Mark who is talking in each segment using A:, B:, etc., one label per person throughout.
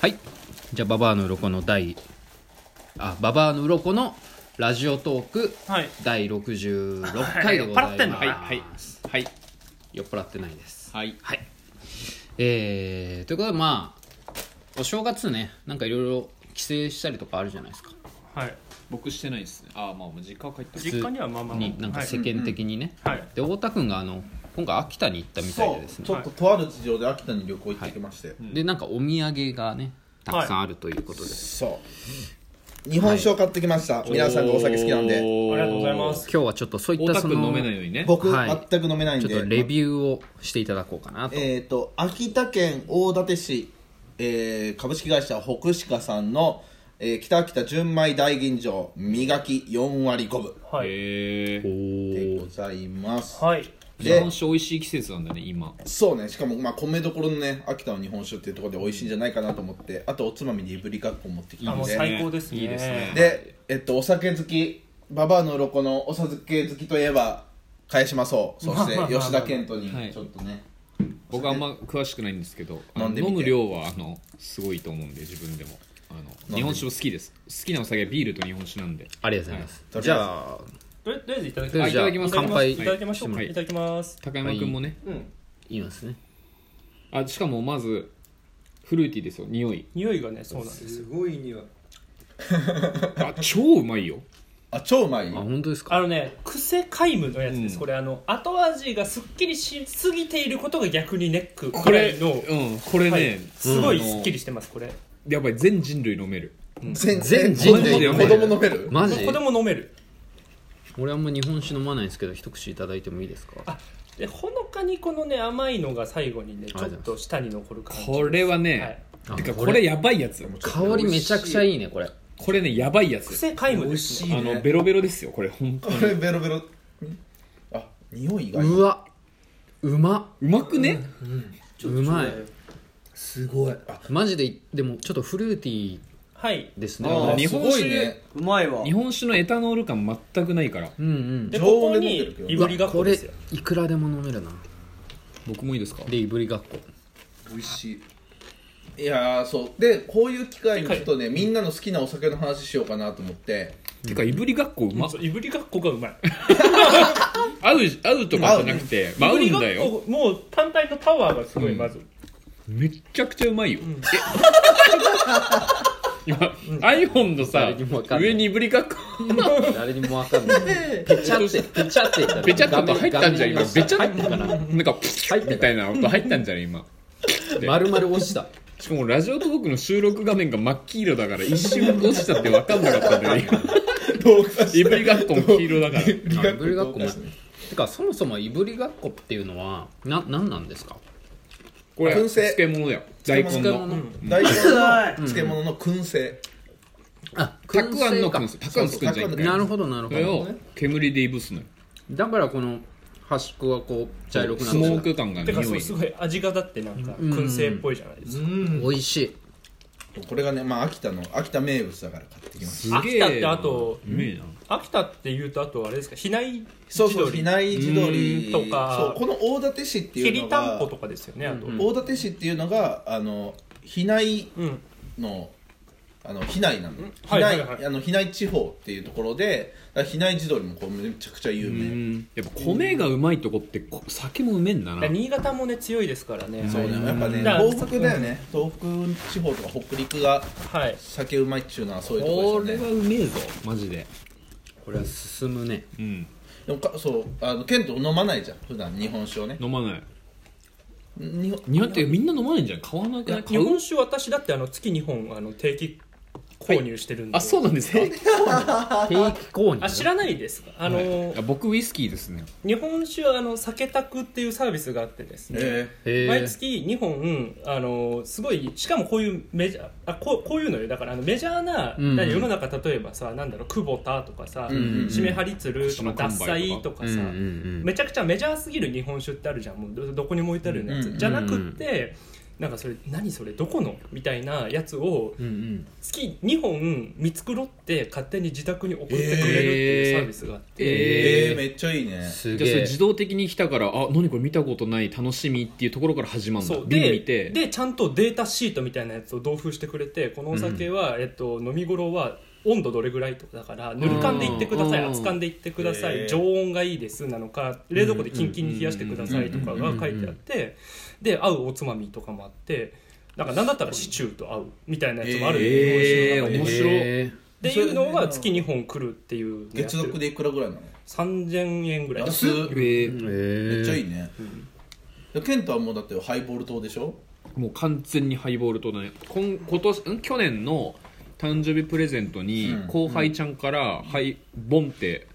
A: はいじゃあババアの鱗の第あババアの鱗のラジオトーク
B: はい
A: 第66回でございます、
B: 酔っ払ってんの
C: はいはいはい
A: 酔っ払ってないです
C: はい
A: はいえー、ということでまあお正月ねなんかいろいろ帰省したりとかあるじゃないですか
B: はい
C: 僕してないですねああまあもう実家は帰った
B: 実家にはまあまあ
A: になんか世間的にね、
B: はい
A: で太田君があの今回秋田に行ったみたい
D: そ
A: で
D: う
A: です
D: ち
A: ね
D: ょっととある事情で秋田に旅行行ってきまして、
A: でなんかお土産がねたくさんあるということで、
D: そう日本酒を買ってきました、皆さんがお酒好きなんで
B: ありがとうございます
A: 今日はちょっとそういった
C: 太田
A: そ
C: 君
A: の
C: 飲めないのにね
D: 僕、
A: はい
D: 全く飲めないん
A: ち
D: で
A: ょっとレビューをしていただこうかなと、
D: えっ、と秋田県大館市、えー株式会社北鹿さんの、えー北秋田純米大吟醸磨き4割5分
B: はい
C: へえ
D: でございます
B: はい
C: 日
D: で
C: 本酒美味しい季節なんだね今
D: そうねしかも、まあ、米どころのね秋田の日本酒っていうところで美味しいんじゃないかなと思ってあとおつまみにいぶりかっこ持ってき
B: あ
D: たん
B: もう
D: で
B: 最高ですね
C: いいですね
D: で、えっと、お酒好きババアの鱗のお酒好きといえば返しまそうそして
B: まあまあまあ
D: 吉田健人
C: はい
D: にちょっとね、
C: 僕あんま詳しくないんですけどあの
D: 飲んでみて
C: む量はあのすごいと思うんで自分でもあの日本酒も好きです好きなお酒はビールと日本酒なんで
A: ありがとうございます、
D: はい
A: じゃあ
B: とりとりあえずいただき
A: とりあ
B: ま
A: え
B: す
A: ずじゃあ
C: いただきます
A: 乾杯
B: いただきましょう
C: はい
B: いただきます
C: 高山君もね、
B: うん
A: いいますね
C: あしかもまずフルーティーですよ匂い
B: 匂いがねそうなんですよ
E: ごい匂い
C: あ超うまいよ
D: あ超うまい
A: あ本当ですか
B: あのね癖カイムのやつです、
C: うん
B: これあの後味がすっきりしすぎていることが逆にネックぐらいの
C: うんこれね、
B: はいすごい
C: うん
B: すっきりしてますこれ
C: やばい全人類飲める
D: 全
A: 全人類飲め
D: 子
A: る
D: 供飲める
A: マジ
B: これも飲める
A: 俺あんま日本酒飲まないんですけど一口いただいてもいいですか
B: あでほのかにこのね甘いのが最後にねちょっと舌に残る感じ
C: これはね、
A: はい
C: てか
A: あ
C: こ
A: これ
C: れやばいやつ
A: 香りめちゃくちゃいいねこれ
C: これねやばいやつ
B: 癖カイムで
D: 美味
B: す
D: しい
C: あのベロベロですよこれ本当
D: こ
C: に
D: れベロベロあ匂いがいいう
A: わうま
C: うまくね、
A: うまい
E: すごいあ
A: マジででもちょっとフルーティ
B: はい
A: ーですね
D: あー
C: 日本酒
D: すごいね
E: うまいわ
C: 日本酒のエタノール感全くないから
A: うんうん
B: で
D: 常
B: ここ
D: 温で
B: に
D: 飲んでるけど
B: いう
A: わ
B: ぶりがっ
A: こ
B: こ
A: れ
B: ですよ
A: いくらでも飲めるな
C: 僕もいいですか
A: でいぶりがっこ
D: 美味しいいやーそうでこういう機会にちょっとねみんなの好きなお酒の話しようかなと思って
C: てかいぶりがっこうま
B: そういぶりがっこがうまい
C: 合う合うとかじゃなくて、まあ、合
B: いぶ
C: う
B: り
C: ん
B: がっ
C: だよ
B: こもう単体のパワーがすごいまず、
C: めっちゃくちゃうまいよ、え 今、iPhone のさ
A: 誰にもわかんない
C: 上にいぶりがっこ
A: 誰にもわかんないペチャってペチャって
C: べちゃっと入ったんじゃん今べちゃ
A: 入
C: っ
A: ってたかな
C: なんかプチッみたいな音入ったんじゃん今
A: 丸々落ちた
C: しかもラジオトークの収録画面が真っ黄色だから一瞬落ちたって分かんなかったんだよね
D: どうか
C: 今いぶりがっこも黄色だから
A: いぶりがっこもてかそもそもいぶりがっこっていうのはな何なんですか
C: これ
D: 燻製
C: 漬物だよ大根
D: 漬
C: の
A: 物
D: 大根の
E: う
D: 漬物の燻製
A: あ
C: たくあんの
A: 燻製
C: 燻製たくあん作るじゃん
D: そ
C: 一回
D: うそうたく
A: なるほどなる
C: そ
A: ほ
C: れ
A: ど
C: を煙でいぶすのよ
A: だからこの端っこがこう茶色くな
C: ス
A: って
C: モ
A: る
C: ーク感が
B: てかそ
C: 匂
B: う
C: い
B: すごい味がだってなんか燻製っぽいじゃないですか、
A: 美味しい
D: これがねまあ秋田の秋田名物だから買ってきました
C: すげ
B: 秋
C: え
B: 田ってあと
C: うめえな
B: 秋田っていうとあとあれですか比内地
D: そうそう
B: 鶏
D: 比内地鶏
B: うんとか
D: そうこの大館市って
B: き
D: いう
B: り
D: の
B: たん
D: が
B: ぽとかですよねあと、
D: 大館市っていうのがあの比内
B: うん、
D: のあの比内なの
B: は
D: 比
B: い
D: 内
B: はいはい
D: あの比内地方っていうところでだから比内地鶏もこうめちゃくちゃ有
C: う
D: 名
C: んやっぱ米がうまいとこってこ酒もうめえんだ
B: だ
C: な
B: から新潟もね強いですからね
D: そうねやっぱね
B: だから
D: 東北だよね東北地方とか北陸が
B: はい
D: 酒うまいっちゅうのはそういうとこ
C: こ
D: ろで
C: れ
D: す
C: は
D: よね
C: うめえぞマジで
A: これは進むね
C: うん
D: でもかそうあのケント飲まないじゃん普段日本酒をね
C: 飲まない
D: 日本
C: 日本ってみんな飲まないんじゃん買わなくない
B: 日本酒私だってあの月2本あの定期購入してるんで、
C: あそうなんですね
A: 定期購入
B: あ知らないですかあの、
C: はいあ僕ウイスキーですね
B: 日本酒はあの酒卓っていうサービスがあってですね、
D: え
A: へー
B: 毎月2本あのすごいしかもこういうメジャーあこうこういうのよだからあのメジャーな、
A: うん
B: 世の中例えばさなんだろう久保田とかさ、
D: うんうんうん
B: 締め張り鶴とか
C: うん
B: 獺祭とか
A: うん
B: さ、
A: うんうん
B: めちゃくちゃメジャーすぎる日本酒ってあるじゃんもうどどこにも置いてあるようなやつ、
D: うん
B: じゃなくって、なんかそれ何それどこのみたいなやつを
A: うんうん
B: 月2本見繕って勝手に自宅に送ってくれるっていうサービスがあって、
D: え
C: え
D: ー、めっちゃいいね
A: す
C: じゃあそ
A: げ
C: れ
A: え
C: 自動的に来たからあ何これ見たことない楽しみっていうところから始まるんだ
B: そう
C: ビー
B: で
C: ル見て
B: でちゃんとデータシートみたいなやつを同封してくれてこのお酒は、えっと、飲み頃は温度どれぐらいとかだからぬる燗でいってください
C: うん
B: 熱燗でいってくださ
D: へー
B: い常温がいいですなのか冷蔵庫でキンキンに冷やしてくださいとかが書いてあってで合うおつまみとかもあってなんか何だったらシチューと合うみたいなやつもあるの
C: え
B: 日
C: ー
B: 本酒の中で
C: 面
B: っ
C: 白い
A: え
B: ていうのが月2本来るっていうのやって
D: 月
B: る
D: 額でいくらぐらいなの
B: 3000円ぐらい
D: 安っ
C: えー
A: ー
D: めっちゃい
A: え
D: いね、でケントはもうだってハイボール糖でしょ
C: もう完全にハイボールとね今今年ん去年の誕生日プレゼントに
D: うん
C: 後輩ちゃんから「ハイボン」って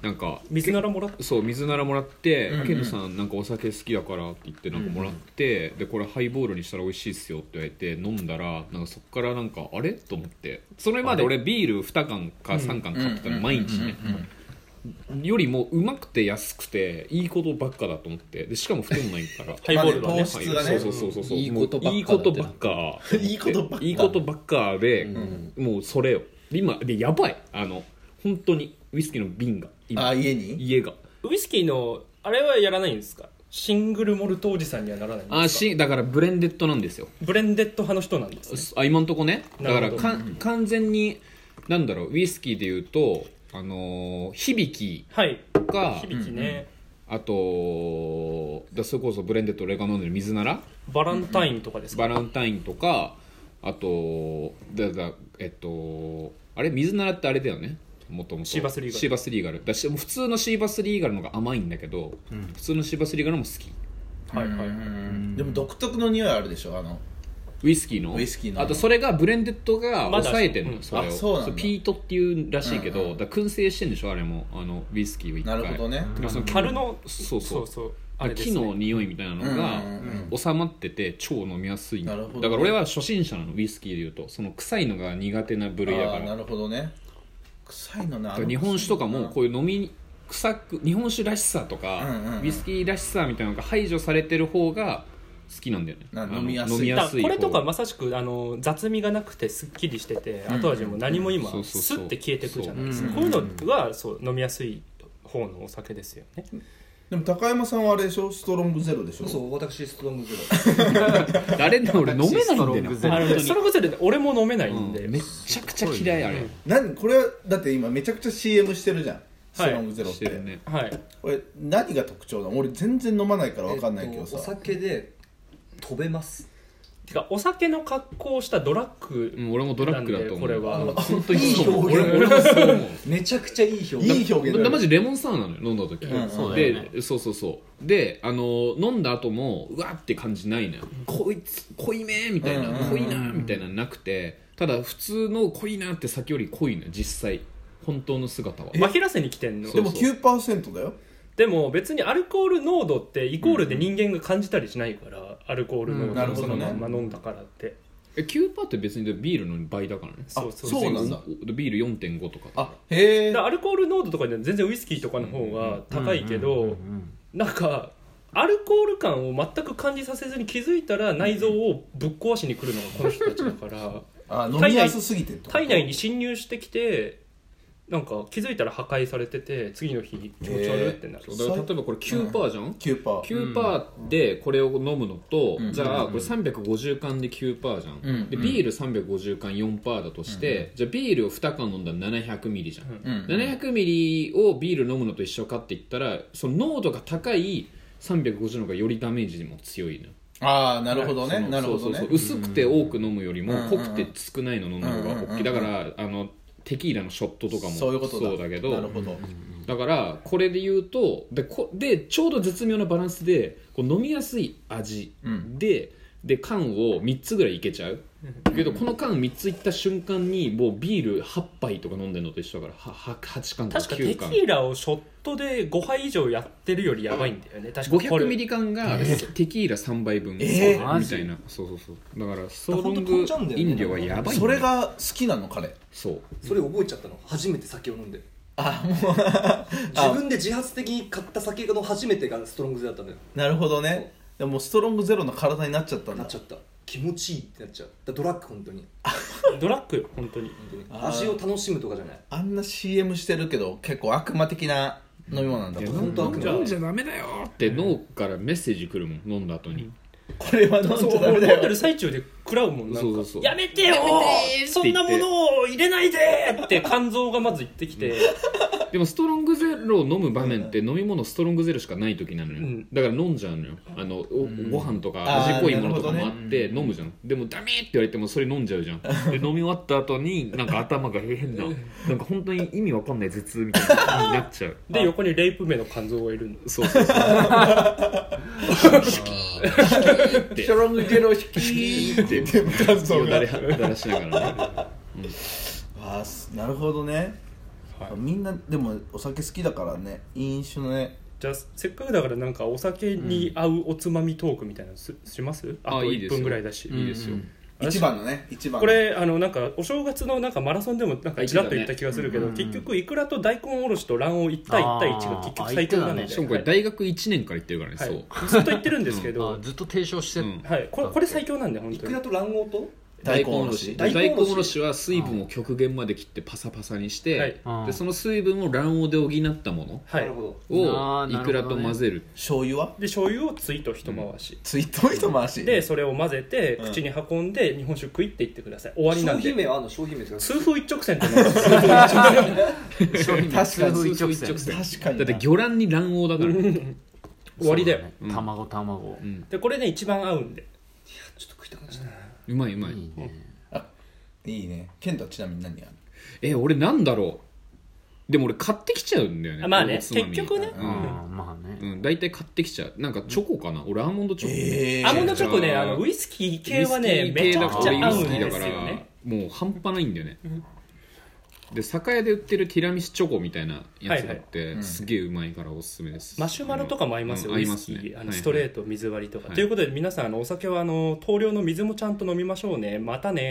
C: なんか
B: 水ならもらって
C: そう水ならもらって
D: うんうん
C: 「ケントさんなんかお酒好きだから」って言ってなんかもらってでこれハイボールにしたら美味しいっすよって言われて飲んだらなんかそこからなんかあれと思ってそれまで俺ビール2缶か3缶買ってたの毎日ね
D: うんうんうん
C: よりもうまくて安くていいことばっかだと思ってでしかも太んないから
B: ハイボールの
D: ま
B: ね
D: あね糖質がね
C: そうそうそうそう
A: いいことばっかだってない
C: いことばっか
D: いいことばっか
C: いいことばっかでもうそれを今でやばいあの本当にウイスキーの瓶が今
D: あ家に
C: 家が
B: ウイスキーのあれはやらないんですかシングルモルトおじさんにはならないんですか
C: あしだからブレンデッドなんですよ
B: ブレンデッド派の人なんです、ね、
C: あ今んとこねだか
B: な
C: ら
B: るほど
C: かん完全になんだろうウイスキーでいうとあのー響き
B: はい
C: か
B: 響きね、
C: あとだそれこそブレンデッド俺が飲んでる水なら
B: バランタインとかですか、
C: バランタインとかあとだだえっとあれ水ならってあれだよねもともと
B: シーバスリーガル
C: シーバスリーガルだし普通のシーバスリーガルのが甘いんだけど、普通のシーバスリーガルも好き
B: はいはいはい
D: でも独特の匂いあるでしょあの
C: ウイスキーの
D: ウイスキーの
C: あとそれがブレンデッドが
B: まだ
C: 抑えてんの、
B: うん
C: それを
D: あそうなんだ
C: れピートっていうらしいけど、
D: うんうん
C: だから燻製してんでしょあれもあのウイスキーを一
D: な
C: 回
D: るほどね
C: てかその
B: 樽の
C: そうそう
B: そうそうあれです
C: 木
B: ね
C: の匂いみたいなのが
D: うんうん
C: 収まってて超飲みやすいの
D: なるほど
C: だから俺は初心者なのウイスキーでいうとその臭いのが苦手な部類だ
D: あ
C: か
D: あ
C: ら
D: なるほどね臭いのな
C: だから日本酒とかもこういう飲み臭く日本酒らしさとか、
D: うんうんうん
C: ウイスキーらしさみたいなのが排除されてる方が好きなんだよね
D: な
C: あの
D: 飲みやすい
B: だからこれとか
C: 方
B: まさしくあの雑味がなくてすっきりしてて後味も何も今
C: そうそう
B: ス
C: そう
B: ッて消えてくじゃないですか
A: そう
B: こういうのがそう飲みやすい方のお酒ですよね
D: でも高山さんはあれでしょストロングゼロでしょ
E: そう私ストロングゼロ
C: 誰でも俺飲めな
F: スト
C: いんだよな
F: ロングゼロ
B: あのストロングゼロで俺も飲めないんで、
C: うんめっちゃくちゃ嫌いあれ、
D: 何これはだって今めちゃくちゃ CM してるじゃんストロングゼロっ
C: して
D: て,、
C: るね
B: はい
D: これ何が特徴なの俺全然飲まないから分かんないけど
E: えっ
D: さ、
E: とお酒で飛べます
B: てかお酒の格好をしたドラッグ
C: うん俺もドラッグだと思う
B: なんでこれは
C: うん本当にそう思う
E: いい
C: 俺
E: 表
C: 俺もそう思う
E: めちゃくちゃいい表現
D: いい表現だ
C: だ
D: よ
C: マジレモンサワーなのよ飲んだ時、
D: うんそう
A: だよね
C: でそうそうそうであの飲んだ後もうわって感じないのよこいつ濃いめみたいな、
D: うんうんうん
C: 濃いなみたいなのなくてただ普通の濃いなって先より濃いのよ実際本当の姿は
B: 真平瀬に来てんの
C: そう
D: でも9%だよ
B: でも別にアルコール濃度ってイコールで人間が感じたりしないから、アルコール濃
C: うん
B: 度
D: なる
B: を
D: ほ
B: その
D: どね
B: まんま飲んだからって、
C: え9%って別にビールの倍だからね
B: そうそう
D: そうなんだ
C: でビール4.5とか
D: あ
B: だ
D: へえ
B: からアルコール濃度とかで全然ウイスキーとかの方が高いけど、なんかアルコール感を全く感じさせずに気づいたら内臓をぶっ壊しに来るのがこの人たちだから
D: あ飲みやすすぎてってこと
B: 体内に侵入してきてなんか気づいたら破壊されてて次の日気持ち悪いってなる、
C: そうだから例えばこれ9%じゃん、
D: 9%
C: 9%でこれを飲むのと、
D: うん
C: じゃあこれ350缶で9%じゃん、
D: うん
C: で
D: うん
C: ビール350缶4%だとして、じゃあビールを2缶飲んだら700ミリじゃん、
D: うん
C: 700ミリをビール飲むのと一緒かって言ったらその濃度が高い350の方がよりダメージにも強いのよ
D: ああなるほど
C: そ
D: ね
C: の
D: なるほどね
C: そうそうそう薄くて多く飲むよりも、
D: うん
C: 濃くて少ないの飲むのが大きい、
D: うん
C: だからあのテキーラのショットとかも
D: そういうことだ
C: そうだけど
D: なるほど、
C: だからこれで言うとでこでちょうど絶妙なバランスでこう飲みやすい味
D: うん
C: で,、で缶を3つぐらいいけちゃうけどこの缶3ついった瞬間にもうビール8杯とか飲んでるのと一緒だからはは8缶と
B: 確か
C: か
B: テ
C: 9
B: キ
C: 缶
B: ーラをショットで5杯以上やってるよりやばいんだよね確かこれ
C: 500ミリ缶がテキーラ3杯分み
D: え
A: ー
C: たいなそうそうそうだからストロン
E: ほんと飛
C: グ
E: んじゃうんだよね
C: 飲料はやばいん
D: そ
C: だ
D: れ
C: よ
D: が好きなの彼
C: そう
E: それ覚えちゃったの初めて酒を飲んで あもう自分で自発的に買った酒の初めてがストロングゼロだったのよ
D: なるほどねでももうストロングゼロの体になっちゃったん
E: な
D: だ
E: っちゃった気持ちいいってなっちゃうだからドラッグ本当に
B: ドラッグよ本当に
E: 本当に
D: あー
E: 味を楽しむとかじゃない
D: あんな CM してるけど結構悪魔的な飲み物なんだ
C: いや
D: と
C: 飲
E: 本
C: ん
E: 当
C: だ
E: は悪魔
C: 飲んじゃダメだよって脳からメッセージくるもん飲んだ後に
D: これは飲ん
B: そう
D: じゃダ
B: 俺
D: メ
B: 飲んで
D: だよ
B: る最中で食らうもんなんか
C: そうそうそう
B: やめてよそんなものを入れないでって肝臓がまず言ってきて
C: でもストロングゼロを飲む場面って飲み物ストロングゼロしかない時なのよ、
B: うん
C: だから飲んじゃうのよあのおご飯とか
D: あー
C: 味濃いものとか
D: な
C: も
D: る
C: あ
D: ほ
C: って飲むじゃん、でもダメって言われてもそれ飲んじゃうじゃんで飲み終わった後になんか頭が変ななんか本当に意味わかんない頭痛みたいなになっちゃう
B: で横にレイプ名の肝臓がいるんで
C: そうそうそう
D: ストロングゼロ引き
C: って
D: でも感想
C: よだ
D: が
C: れだらしながらね
D: あーすなるほどね、みんなでもお酒好きだからね飲酒のね
B: じゃあせっかくだからなんかお酒に合うおつまみトークみたいなのすしますあ
C: あ
B: と
C: いい
B: 1
C: ですよ
B: 分ぐらいだし
C: いいですよ、
D: 一番のね一番の
B: これあのなんかお正月のなんかマラソンでもなんかちらっと言った気がするけど、
A: あ言ってたね
B: 結局いくらと大根おろしと卵黄1対1対1が結局最強なの
A: あ
B: で、
A: ー
C: しかもこれ大学1年から行ってるからね、
B: はい
C: そう、
B: ずっと言ってるんです け
A: あ
B: ど、
A: ずっと提唱して、
C: うん
B: はい、これこれ最強なんで本
E: い
B: 当
E: く
B: に
E: らと卵黄と
D: 大根おろし
E: 大
C: 大
E: 根おろし
C: 根おろしは水分を極限まで切ってパサパサにして、
A: はい
C: でその水分を卵黄で補ったも
B: は
E: ないるほど
A: あ
C: のを
A: ーなるほ
C: い
A: どね
C: くらと混ぜる
D: 醤油は
B: で醤油をついと一回し、
D: ツイート一回し
B: でそれを混ぜて
D: うん
B: 口に運んで日本酒食いって言ってください終わりな
E: 商
B: ん
E: 品
B: で
E: 名はあの商品名ですか
B: 痛風一直線ってなん ですよ痛風一直
A: 商品
B: 線
D: 確かに
A: 通風
C: 通風一直線
D: 確かに
C: だ
D: な
C: って魚卵に卵黄だから、
B: 終わりだよ
A: そうね卵卵、
C: うん
B: でこれね一番合うんで
E: ちょっと食いたくなっちゃった
C: うまいうまい、
A: いいね
D: いいね健太はちなみに何やる
C: え俺なんだろうでも俺買ってきちゃうんだよね
B: あまあね
C: おつまみ
B: 結局ね
A: う
C: うん
A: ん、まあね、
C: うん、大体買ってきちゃうなんかチョコかな、俺アーモンドチョコ、
D: えー
B: アーモンドチョコね
C: じゃあ
B: あのウイスキー系はね
C: ウイ
B: め
C: スキー系
B: ち
C: だ
B: ゃ
C: か
B: く
C: ら
B: ちゃ合
C: 俺
B: うん
C: ウイスキー
B: で
C: だ
B: す
C: か
B: よ
C: ら
B: ね
C: もう半端ないんだよね、で酒屋で売ってるティラミスチョコみたいなやつだって、すげえうまいからおすすめです
B: マシュマロとかも合いますよ、
C: うん合
B: ウイ
C: いま
B: ス
C: す
B: キ
C: ね
B: ー、あ
C: はいは
B: の
C: い
B: ストレート水割りとか、
C: はい
B: ということで皆さんあのお酒はあの等量の水もちゃんと飲みましょうねまたね